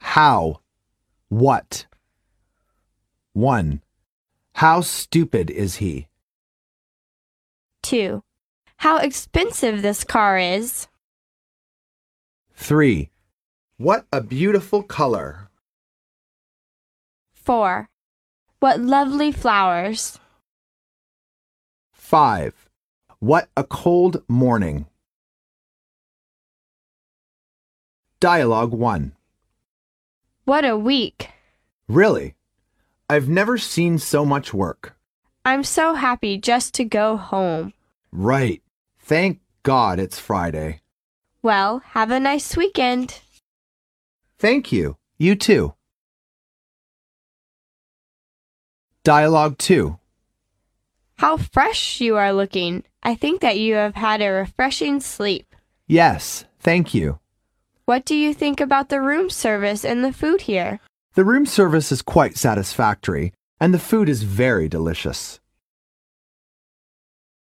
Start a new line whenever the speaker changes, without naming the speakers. How. What. 1. How stupid is he?
2. How expensive this car is.
3.
What a beautiful color.
4. What lovely flowers.
5. What a cold morning. Dialogue 1.
What a week.
Really? I've never seen so much work.
I'm so happy just to go home.
Right. Thank God it's Friday.
Well, have a nice weekend.
Thank you. You too. Dialogue 2.
How fresh you are looking. I think that you have had a refreshing sleep.
Yes, thank you.
What do you think about the room service and the food here?
The room service is quite satisfactory, and the food is very delicious.